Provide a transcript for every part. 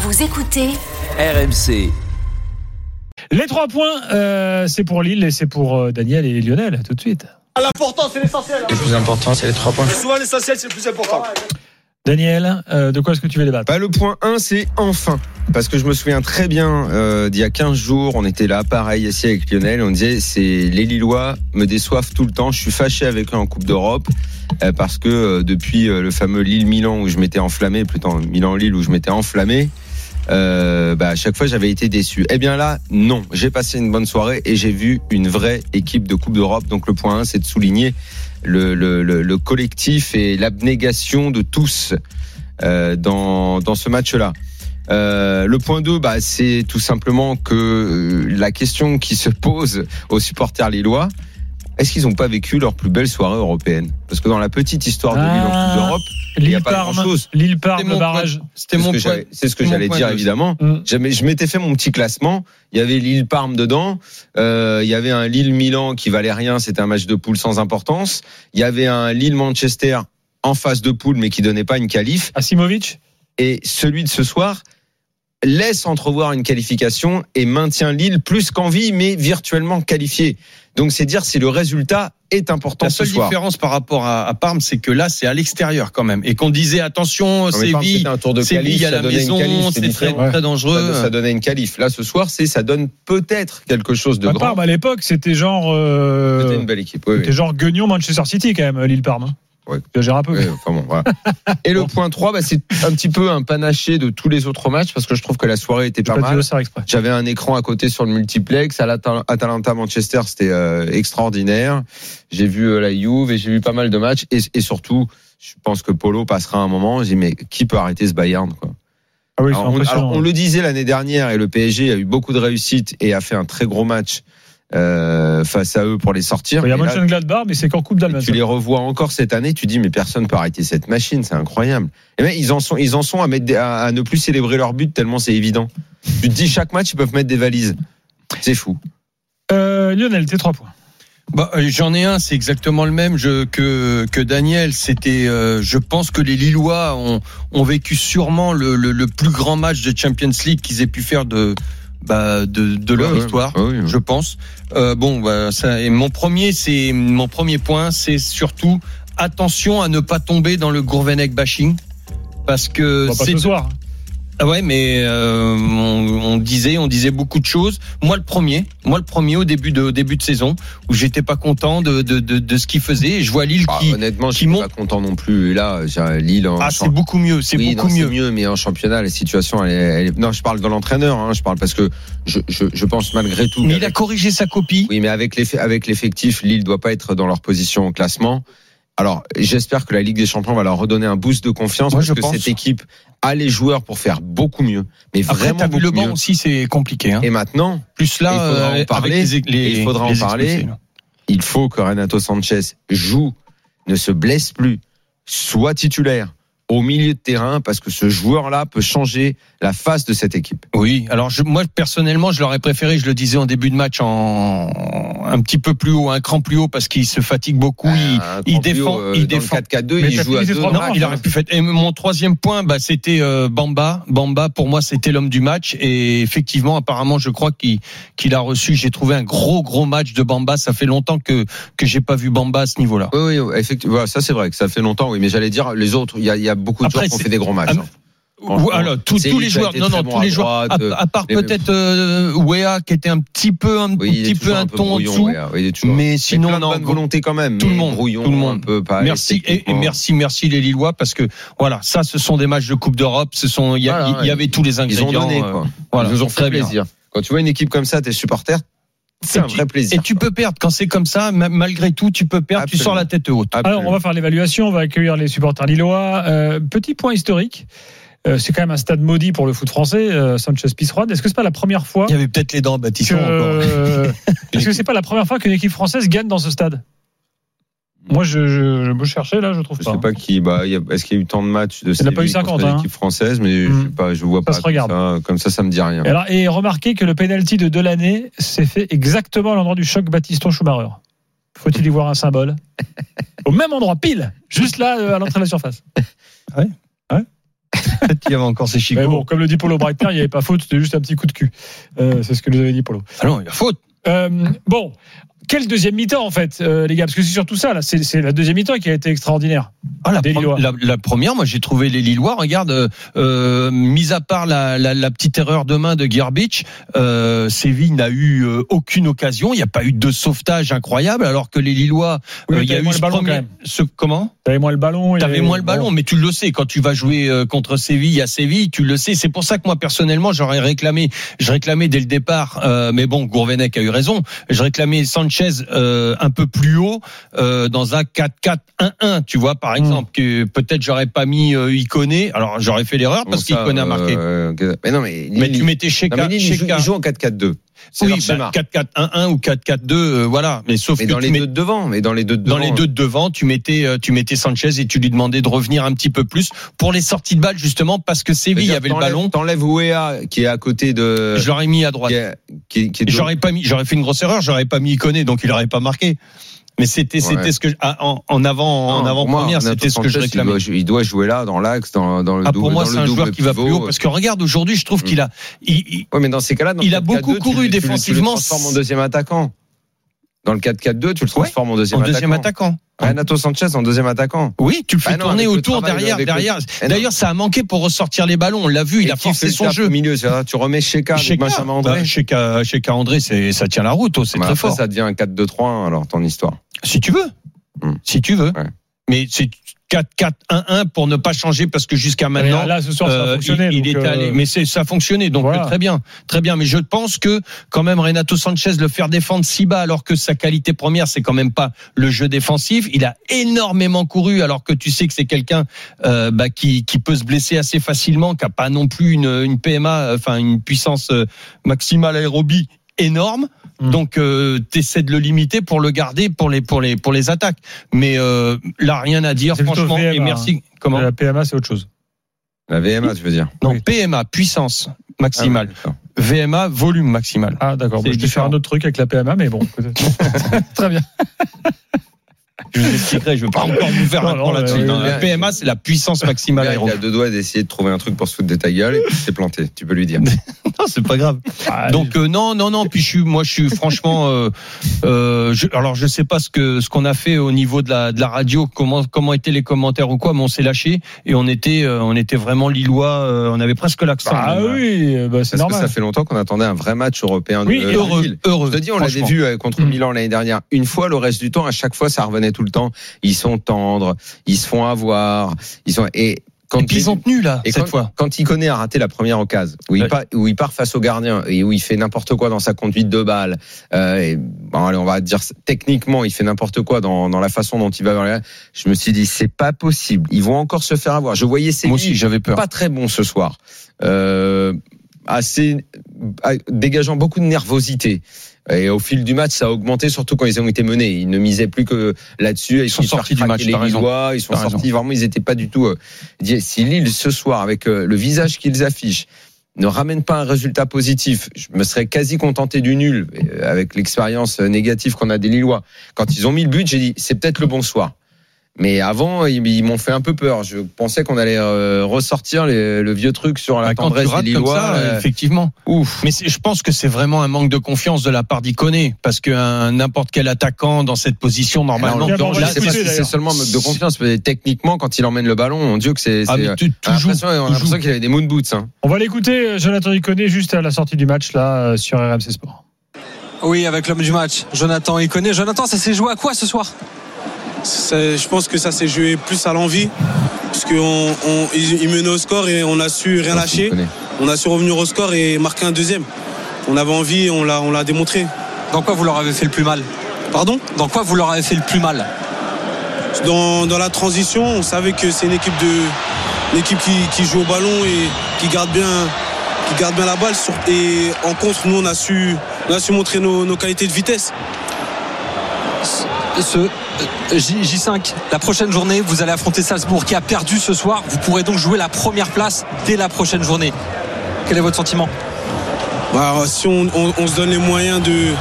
Vous écoutez RMC. Les trois points, euh, c'est pour Lille et c'est pour euh, Daniel et Lionel. À Tout de suite. L'important, c'est l'essentiel. Le plus important, c'est les trois points. Souvent, l'essentiel, c'est le plus important. Daniel, euh, de quoi est-ce que tu veux débattre Bah, le point 1, c'est enfin. Parce que je me souviens très bien, euh, d'il y a 15 jours, on était là, pareil, ici avec Lionel, on disait, c'est les Lillois me déçoivent tout le temps, je suis fâché avec eux en Coupe d'Europe, euh, parce que euh, depuis euh, le fameux Lille-Milan où je m'étais enflammé, plutôt Milan-Lille où je m'étais enflammé, euh, bah, à chaque fois j'avais été déçu. Eh bien là, non, j'ai passé une bonne soirée et j'ai vu une vraie équipe de Coupe d'Europe, donc le point 1, c'est de souligner le, le, le, le collectif et l'abnégation de tous euh, dans, dans ce match-là. Euh, le point 2, bah, c'est tout simplement que euh, la question qui se pose aux supporters lillois, est-ce qu'ils n'ont pas vécu leur plus belle soirée européenne Parce que dans la petite histoire de Lille en Ah, Coupe d'Europe, il n'y a pas Lille-Parme, grand-chose. Lille-Parme, C'était le mon barrage. C'était c'est ce mon que point. j'allais- c'est ce que mon j'allais point dire de- évidemment. Mm. J'avais- Je m'étais fait mon petit classement. Il y avait Lille Parme dedans. Euh, il y avait un Lille Milan qui valait rien. C'était un match de poule sans importance. Il y avait un Lille Manchester en face de poule mais qui donnait pas une qualif. Asimovic Et celui de ce soir laisse entrevoir une qualification et maintient Lille plus qu'en vie mais virtuellement qualifié. Donc c'est dire si le résultat est important La ce seule soir. différence par rapport à, à Parme, c'est que là, c'est à l'extérieur quand même. Et qu'on disait attention, Non, mais Parme, Séville, c'était un tour de Séville qualif, à ça la donnait une qualif, maison, c'est c'est très, différent. très Ça, ça dangereux. donnait une qualif. Là, ce soir, c'est ça donne peut-être quelque chose de Bah, grand. Parme, à l'époque, c'était genre. euh, C'était une belle équipe. oui, oui. c'était genre Guignon, Manchester City, quand même, Lille-Parme. Ouais. Tu gères un peu. Ouais, enfin bon, voilà. Et le point 3, bah, c'est un petit peu un panaché de tous les autres matchs parce que je trouve que la soirée était J'ai pas pas dit mal. le star exprès. J'avais un écran à côté sur le multiplex. À l'Ata- Atalanta Manchester, c'était euh, extraordinaire. J'ai vu euh, la Juve et j'ai vu pas mal de matchs. Et, et surtout, je pense que Polo passera un moment. J'ai dit, mais qui peut arrêter ce Bayern quoi Ah oui, c'est Alors, on, alors, impressionnant. on le disait l'année dernière et le PSG a eu beaucoup de réussite et a fait un très gros match euh, face à eux pour les sortir. Il y a Mais là, Mönchengladbach, mais c'est qu'en Coupe et d'Allemagne. tu les revois encore cette année, tu dis mais personne peut arrêter cette machine, c'est incroyable. Et ben, ils en sont, ils en sont à, mettre des- à, à ne plus célébrer leur but tellement c'est évident. Tu te dis chaque match ils peuvent mettre des valises, c'est fou. Euh, Lionel, tes trois points. Bah, euh, J'en ai un, c'est exactement le même jeu que, que Daniel. C'était, euh, je pense que les Lillois ont, ont vécu sûrement le, le- le plus grand match de Champions League qu'ils aient pu faire de, bah, de, de leur Ouais, ouais. histoire. Ouais, ouais. je pense. Euh, bon, bah, ça, et mon premier, c'est mon premier point, c'est surtout attention à ne pas tomber dans le Gourvenec bashing, parce que Bah, Bon, pas c'est ce soir. ah ouais, mais euh, on, on disait, on disait beaucoup de choses. Moi le premier, moi le premier au début de au début de saison où j'étais pas content de de, de, de ce qu'il faisait. Et je vois Lille Bah, qui honnêtement, je qui suis monte- pas content non plus. Et là, j'ai Lille en ah champ- c'est beaucoup mieux, c'est Oui, beaucoup non, mieux. mais en championnat, la situation, elle est, elle est- non, je parle dans l'entraîneur, hein, je parle parce que je, je, je pense malgré tout. Mais il qu'avec- a corrigé sa copie. Oui, mais avec l'eff- avec l'effectif, Lille doit pas être dans leur position au classement. Alors, j'espère que la Ligue des Champions va leur redonner un boost de confiance Moi, parce je que pense. cette équipe a les joueurs pour faire beaucoup mieux. Mais Après vraiment t'as vu beaucoup le banc mieux. aussi, c'est compliqué. Hein. Et maintenant, Plus il là, faudra en euh, avec parler, les- les- il faudra en les parler. expulsés, là. il faut que Renato Sanchez joue, ne se blesse plus, soit titulaire au milieu de terrain parce que ce joueur-là peut changer la face de cette équipe. Oui, alors je, moi personnellement, je l'aurais préféré, je le disais en début de match, en un petit peu plus haut, un cran plus haut, parce qu'il se fatigue beaucoup, il, Un il Campio, défend, euh, il dans le défend. 4-4-2, Mais il t'as joue à fini tes deux. trois Non, matchs, il Ah, Il a- aurait pu faire. Et mon troisième point, bah, c'était euh, Bamba. Bamba, pour moi, c'était l'homme du match. Et effectivement, apparemment, je crois qu'il qu'il a reçu. J'ai trouvé un gros, gros match de Bamba. Ça fait longtemps que que j'ai pas vu Bamba à ce niveau-là. Oui, oui, effectivement. Voilà, ça c'est vrai que ça fait longtemps, oui, mais j'allais dire les autres, il y a, il y a beaucoup de Après, joueurs qui ont c'est- fait des gros matchs. Ah, hein. Franchement, Ou alors tous, c'est tous lui les qui a joueurs, été non très non, bon tous à les joueurs, à, droite, euh, à part les- peut-être euh, Wea qui était un petit peu un Oui, il est petit peu toujours un, peu ton en brouillon, dessous. ouais, oui, il est toujours- Mais sinon, plein de non, bonne volonté quand même. tout le mais monde, brouillon, tout le monde. un peu pas Merci et, et techniquement. merci, merci les Lillois parce que voilà, ça, ce sont des matchs de Coupe d'Europe. Ce sont, il y, a- Voilà, il y avait tous les Ils ingrédients. ont donné quoi. euh, voilà, Ils nous ont fait très bien. plaisir. Quand tu vois une équipe comme ça, tes supporters, c'est Et un tu- vrai plaisir. Et tu peux perdre quand c'est comme ça. ma- Malgré tout, tu peux perdre. Tu Absolument. sors la tête haute. Absolument. Alors, on va faire l'évaluation, on va accueillir les supporters lillois. Euh, petit point historique. euh, c'est quand même un stade maudit pour le foot français, euh, Sanchez Pizjuan. Est-ce que c'est pas la première fois Il y avait peut-être les dents, Baptiste. que encore. est-ce que c'est pas la première fois qu'une équipe française gagne dans ce stade Moi, je, je, je me cherchais là, je trouve Je pas. hein. sais pas qui. Bah, il y a- est-ce qu'il y a eu tant de matchs de n'a pas eu Séville contre 50, hein. l'équipe française, mais je Mm. sais pas, je vois pas se tout regarde. ça. Comme ça, ça me dit rien. Et, alors, et remarquez que le penalty de Delaney s'est fait exactement à l'endroit du choc Battiston-Schumacher. Faut-il y voir un symbole Au même endroit, pile, juste là, euh, à l'entrée de la surface. Peut-être qu'il y avait encore ces chicots. Mais bon, comme le dit Polo Breitner, il n'y avait pas faute, c'était juste un petit coup de cul. Euh, c'est ce que nous avait dit Polo. Ah non, il a faute. Euh, bon, quel deuxième mi-temps en fait, euh, les gars Parce que c'est surtout ça, là, c'est c'est la deuxième mi-temps qui a été extraordinaire. Ah, la, Des pre- Lillois. la- la première, moi j'ai trouvé les Lillois. Regarde, euh, euh, mis à part la, la- la petite erreur de main de Gerbich, euh, Séville n'a eu euh, aucune occasion. Il n'y a pas eu de sauvetage incroyable, alors que les Lillois, Oui, mais euh, il y a t'avais eu moins le ce ballon, premier- quand même. ce- comment T'avais moins le ballon. il y T'avais avait- moins le ballon, Bon. mais tu le sais quand tu vas jouer euh, contre Séville à Séville, tu le sais. C'est pour ça que moi personnellement, j'aurais réclamé, je réclamais dès le départ, euh, mais bon, Gourvenec a eu raison. Je réclamais Sanchez euh, un peu plus haut euh, dans un 4-4-1-1, tu vois Hmm. par exemple que peut-être j'aurais pas mis euh, Iconé. Alors j'aurais fait l'erreur parce Ah, qu'il qu'Iconé a marqué. mais non, mais. euh, mais euh, Lille, tu mettais chez non, mais Lille, ils jouent- ils jouent en 4-4-2. C'est oui, leur bah, schéma. 4-4-1-1 ou 4-4-2, euh, voilà. Mais sauf Mais que dans tu les mets- deux de devant, mais dans les deux de dans devant, hein. les deux de devant, tu mettais, euh, tu mettais Sanchez et tu lui demandais de revenir un petit peu plus pour les sorties de balles justement parce que Séville il y C'est-à-dire, avait le t'enlèves- ballon. T'enlèves Ouéa qui est à côté de. Je l'aurais mis à droite. qui est- qui- qui est de- J'aurais pas mis, j'aurais fait une grosse erreur. J'aurais pas mis Iconé, donc il aurait pas marqué. Mais c'était, Ouais. c'était ce que ah, en, en avant, en Non, avant pour moi, première, Renato c'était ce que je Sanchez, réclamais. Il doit, il doit jouer là, dans l'axe, dans, dans le Ah, double. pour moi, dans c'est le un double joueur qui va plus pivot. haut parce que regarde aujourd'hui, je trouve Mm. qu'il a, il- il- Ouais, mais dans ces cas-là, dans Il le a beaucoup 4-4-2, tu couru le- tu le- tu le défensivement. transformes en deuxième attaquant. Dans le 4-4-2, tu le transformes en deuxième en deuxième attaquant. attaquant. Renato Sanchez en deuxième attaquant. Oui, tu le fais Ah non, tourner avec le autour travail, derrière, avec le- derrière. Eh non. D'ailleurs, ça a manqué pour ressortir les ballons. On l'a vu, il Et a qui forcé fait son tape jeu. au milieu, c'est-à-dire tu remets Sheka avec Sheka, Benjamin André. bah, Sheka- Sheka André, c'est- ça tient la route, oh, c'est Bah, très après, fort. ça devient un 4-2-3-1 hein, alors ton histoire. Si tu veux. Hmm. Si tu veux. Ouais. Mais c'est 4-4-1-1 pour ne pas changer parce que jusqu'à Mais maintenant. là, ce soir, ça a euh, fonctionné. il, il donc, était euh, allé, mais c'est- ça a fonctionné, donc voilà. euh, très bien, très bien. Mais je pense que quand même Renato Sanchez le faire défendre si bas, alors que sa qualité première c'est quand même pas le jeu défensif. Il a énormément couru, alors que tu sais que c'est quelqu'un euh, bah, qui, qui peut se blesser assez facilement, qui a pas non plus une, une PMA, enfin une puissance euh, maximale aérobie énorme. Mm. Donc euh, t'essaies de le limiter pour le garder pour les pour les pour les attaques. Mais euh, là rien à dire C'est plutôt franchement. et VMA, merci. Comment La PMA, c'est autre chose. La VMA, tu veux dire Non Oui. PMA puissance maximale. Ah, ouais, VMA volume maximal. Ah, d'accord. C'est Bon, je vais faire différent. un autre truc avec la PMA, mais bon. peut-être. Très bien. Je vous expliquerai, je veux pas encore vous faire Non, un non, cours là-dessus. euh, Non, oui, La oui. PMA c'est la puissance d'accord. maximale Le gars, il a aérobie. deux doigts d'essayer de trouver un truc pour se foutre de ta gueule et puis c'est planté, tu peux lui dire. Non, c'est pas grave. Donc, Donc euh, non, non, non. Puis je suis, moi, je suis franchement. euh, euh, je- alors je sais pas ce que ce qu'on a fait au niveau de la de la radio, comment comment étaient les commentaires ou quoi, mais on s'est lâché et on était euh, on était vraiment lillois. euh, on avait presque l'accent. ah même. oui, euh, bah, c'est Parce que normal. ça fait longtemps qu'on attendait un vrai match européen de- Oui, de heureux, Lille. heureux. Je te dis, on l'avait franchement. vu euh, contre Mm. Milan l'année dernière. Une fois, le reste du temps, à chaque fois, ça revenait tout le temps. Ils sont tendres, ils se font avoir, ils sont et quand Et puis ils ont tenu là et cette quand, fois. quand Iconé a raté la première occasion, où, Ouais. il part, où il part face au gardien et où il fait n'importe quoi dans sa conduite de balle, euh, et, bon, allez, on va dire techniquement, il fait n'importe quoi dans, dans la façon dont il va vers le- Je me suis dit, c'est pas possible. Ils vont encore se faire avoir. Je voyais ces Moi aussi j'avais peur. pas très bon ce soir. Euh, assez à- dégageant beaucoup de nervosité. Et au fil du match, ça a augmenté, surtout quand ils ont été menés. Ils ne misaient plus que là-dessus. sont ont sortis du match, Les t'as raison. Lillois, ils sont T'as sortis. Vraiment, ils n'étaient pas du tout. euh, dis- si Lille ce soir, avec euh, le visage qu'ils affichent, ne ramène pas un résultat positif, je me serais quasi contenté du nul euh, avec l'expérience euh, négative qu'on a des Lillois. Quand ils ont mis le but, j'ai dit c'est peut-être le bon soir. Mais avant, ils, ils m'ont fait un peu peur. Je pensais qu'on allait euh, ressortir les- le vieux truc sur la Bah, quand tu tendresse des rates comme Lillois. ça, euh, effectivement. ouf. Mais c'est- je pense que c'est vraiment un manque de confiance de la part d'Iconé, parce qu'un n'importe quel attaquant dans cette position Alors, normalement. en Bien l'occurrence, mangé, je sais pas écoutez, si c'est d'ailleurs. seulement un manque de confiance, mais techniquement, quand il emmène le ballon, on dit que c'est. Ah, c'est, mais euh, tu, on a toujours. l'impression- on a l'impression qu'il avait des moon boots. Hein. on va l'écouter, euh, Jonathan Iconé, juste à la sortie du match, là, euh, sur RMC Sport. Oui, avec l'homme du match, Jonathan Iconé. Jonathan, ça s'est joué à quoi ce soir Ça- je pense que ça s'est joué plus à l'envie. Parce qu'ils on, ils- ils menaient au score et on a su rien lâcher. On a su revenir au score et marquer un deuxième. On avait envie et on l'a on l'a démontré. Dans quoi vous leur avez fait le plus mal Pardon Dans quoi vous leur avez fait le plus mal dans, dans la transition, on savait que c'est une équipe de, une équipe qui, qui joue au ballon et qui garde bien, qui garde bien la balle. sur- Et en contre, nous, on a su, on a su montrer nos, nos qualités de vitesse. Ce euh, J- J5, la prochaine journée, vous allez affronter Salzbourg qui a perdu ce soir. Vous pourrez donc jouer la première place dès la prochaine journée. Quel est votre sentiment Alors, si on, on- on se donne les moyens de,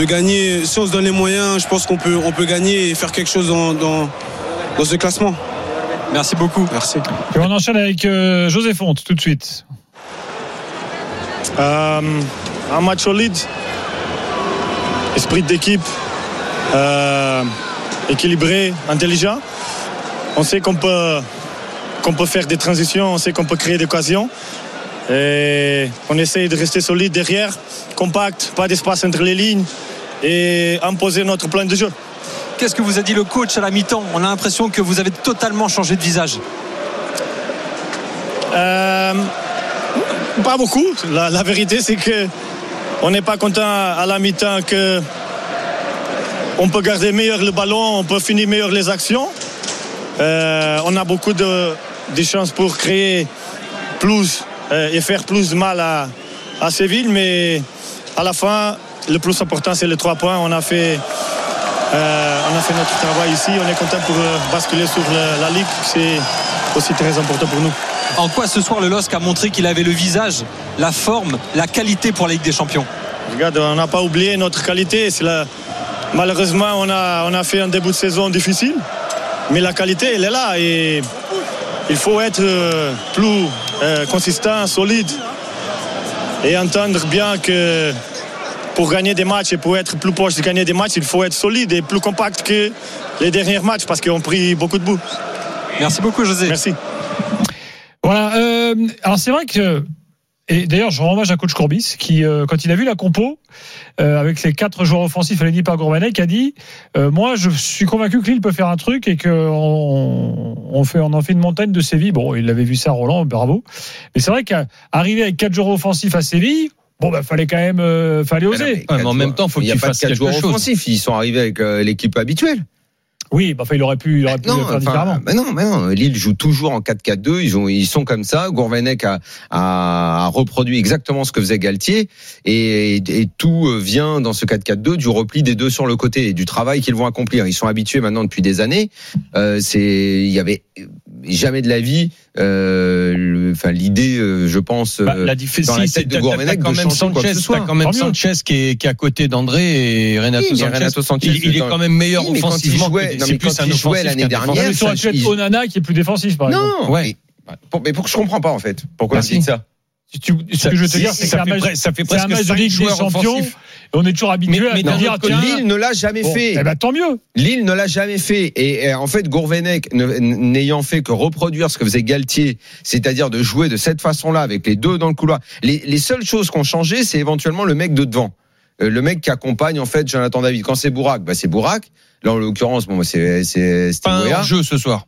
de gagner, si on se donne les moyens, je pense qu'on peut, on peut gagner et faire quelque chose dans, dans, dans ce classement. Merci beaucoup. Merci. Et on enchaîne avec euh, José Fonte tout de suite. Euh, un match solide, esprit d'équipe, euh, équilibré, intelligent. On sait qu'on peut, qu'on peut faire des transitions, on sait qu'on peut créer des occasions. Et on essaye de rester solide derrière, compact, pas d'espace entre les lignes et imposer notre plan de jeu. Qu'est-ce que vous a dit le coach à la mi-temps On a l'impression que vous avez totalement changé de visage. Euh, pas beaucoup. La, la vérité, c'est que on n'est pas content à la mi-temps que on peut garder meilleur le ballon, on peut finir meilleur les actions. Euh, on a beaucoup de, de chances pour créer plus euh, et faire plus de mal à, à Séville, mais à la fin, le plus important, c'est les trois points. On a fait, euh, on a fait notre travail ici. On est content pour euh, basculer sur le- la Ligue. C'est aussi très important pour nous. En quoi ce soir le LOSC a montré qu'il avait le visage, la forme, la qualité pour la Ligue des Champions Regarde, on n'a pas oublié notre qualité. C'est la- Malheureusement, on a, on a fait un début de saison difficile, mais la qualité, elle est là. Et il faut être euh, plus euh, consistant, solide et entendre bien que pour gagner des matchs et pour être plus proche de gagner des matchs, il faut être solide et plus compact que les derniers matchs parce qu'on a pris beaucoup de bouts. Merci beaucoup José. Merci. Voilà. euh, alors c'est vrai que. Et d'ailleurs, je rends hommage à coach Courbis qui, euh, quand il a vu la compo euh, avec ses quatre joueurs offensifs et par Gourmanek, a dit euh, Moi, je suis convaincu que Lille peut faire un truc et qu'on on fait, on en fait une montagne de Séville. Bon, il avait vu ça, Roland, bravo. Mais c'est vrai qu'arriver avec quatre joueurs offensifs à Séville, bon, bah, fallait quand même, euh, fallait Mais non, oser. quatre mais en même temps, faut il que y a tu pas de fasses quatre quelque joueurs chose. offensifs. Ils sont arrivés avec euh, l'équipe habituelle. Oui, bah, enfin, il aurait pu, il aurait pu Non, faire différemment. enfin, bah non, bah non, Lille joue toujours en 4-4-2. Ils, ont, ils sont comme ça. Gourvenec a, a reproduit exactement ce que faisait Galtier. Et, et tout euh, vient dans ce 4-4-2 du repli des deux sur le côté et du travail qu'ils vont accomplir. Ils sont habitués maintenant depuis des années. Euh, c'est- Il y avait jamais de la vie. euh, le- Enfin, l'idée, euh, je pense. Bah, euh, la diffé- dans la si, tête c'est- de t'as- Gourvenec t'as quand de même changer quoi que Sanchez, ce soit. t'as quand même Tant mieux. Sanchez qui est, qui est à côté d'André et Renato Oui, mais Sanchez. Renato Sanchez, il, il est dans- quand même meilleur Oui, mais quand offensivement. il jouait- que- non, c'est mais plus quand un il offensif jouait l'année qu'un dernière, Ouais, défensif. mais ça aurait pu Sanchez, être il- Onana qui est plus défensif, par exemple. Non. Bah, Ouais. Pour- mais pour que je comprends pas en fait. Pourquoi Merci. vous dites ça Si tu- Ce Ça- que je veux te si, dire, si, c'est ça qu'un fait match- pres- ça fait c'est un presque match de cinq Ligue des joueurs Champions. offensifs. Et on est toujours habitué Mais- à mais se d'un dire autre côté, tiens, Lille ne l'a jamais bon, fait. eh ben, tant mieux. Lille ne l'a jamais fait. Et, et en fait, Gourvenec, ne- n'ayant fait que reproduire ce que faisait Galtier, c'est-à-dire de jouer de cette façon-là, avec les deux dans le couloir, les, les seules choses qui ont changé, c'est éventuellement le mec de devant. Euh, Le mec qui accompagne en fait Jonathan David. Quand c'est Bourak, bah c'est Bourak. Là en l'occurrence, bon, bah, c'est c'est c'était Pas un Moya. hors-jeu ce soir.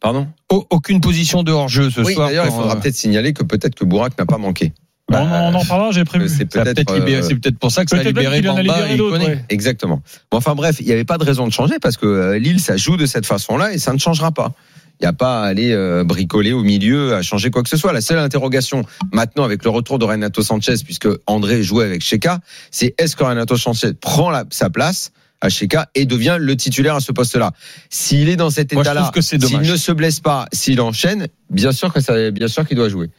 Pardon. Au- Aucune position de hors-jeu ce Oui, soir. d'ailleurs, il pour, faudra euh, peut-être signaler que peut-être que Bourak n'a pas manqué. On en- on en parlera, j'ai que prévu. Bah, C'est ça a peut-être peut-être libéré- euh, C'est peut-être pour ça que ça a Peut-être même libéré qu'il en a Bamba libéré et d'autres. Koné. ouais. Exactement. Bon, enfin bref, il n'y avait pas de raison de changer parce que euh, Lille, ça joue de cette façon-là et ça ne changera pas. Il n'y a pas à aller euh, bricoler au milieu, à changer quoi que ce soit. La seule interrogation maintenant avec le retour de Renato Sanchez, puisque André jouait avec Sheka, c'est est-ce que Renato Sanchez prend la- sa place à Sheka et devient le titulaire à ce poste-là. S'il est dans cet Moi, je état-là, trouve que c'est s'il dommage. ne se blesse pas, s'il enchaîne, bien sûr que ça, bien sûr qu'il doit jouer.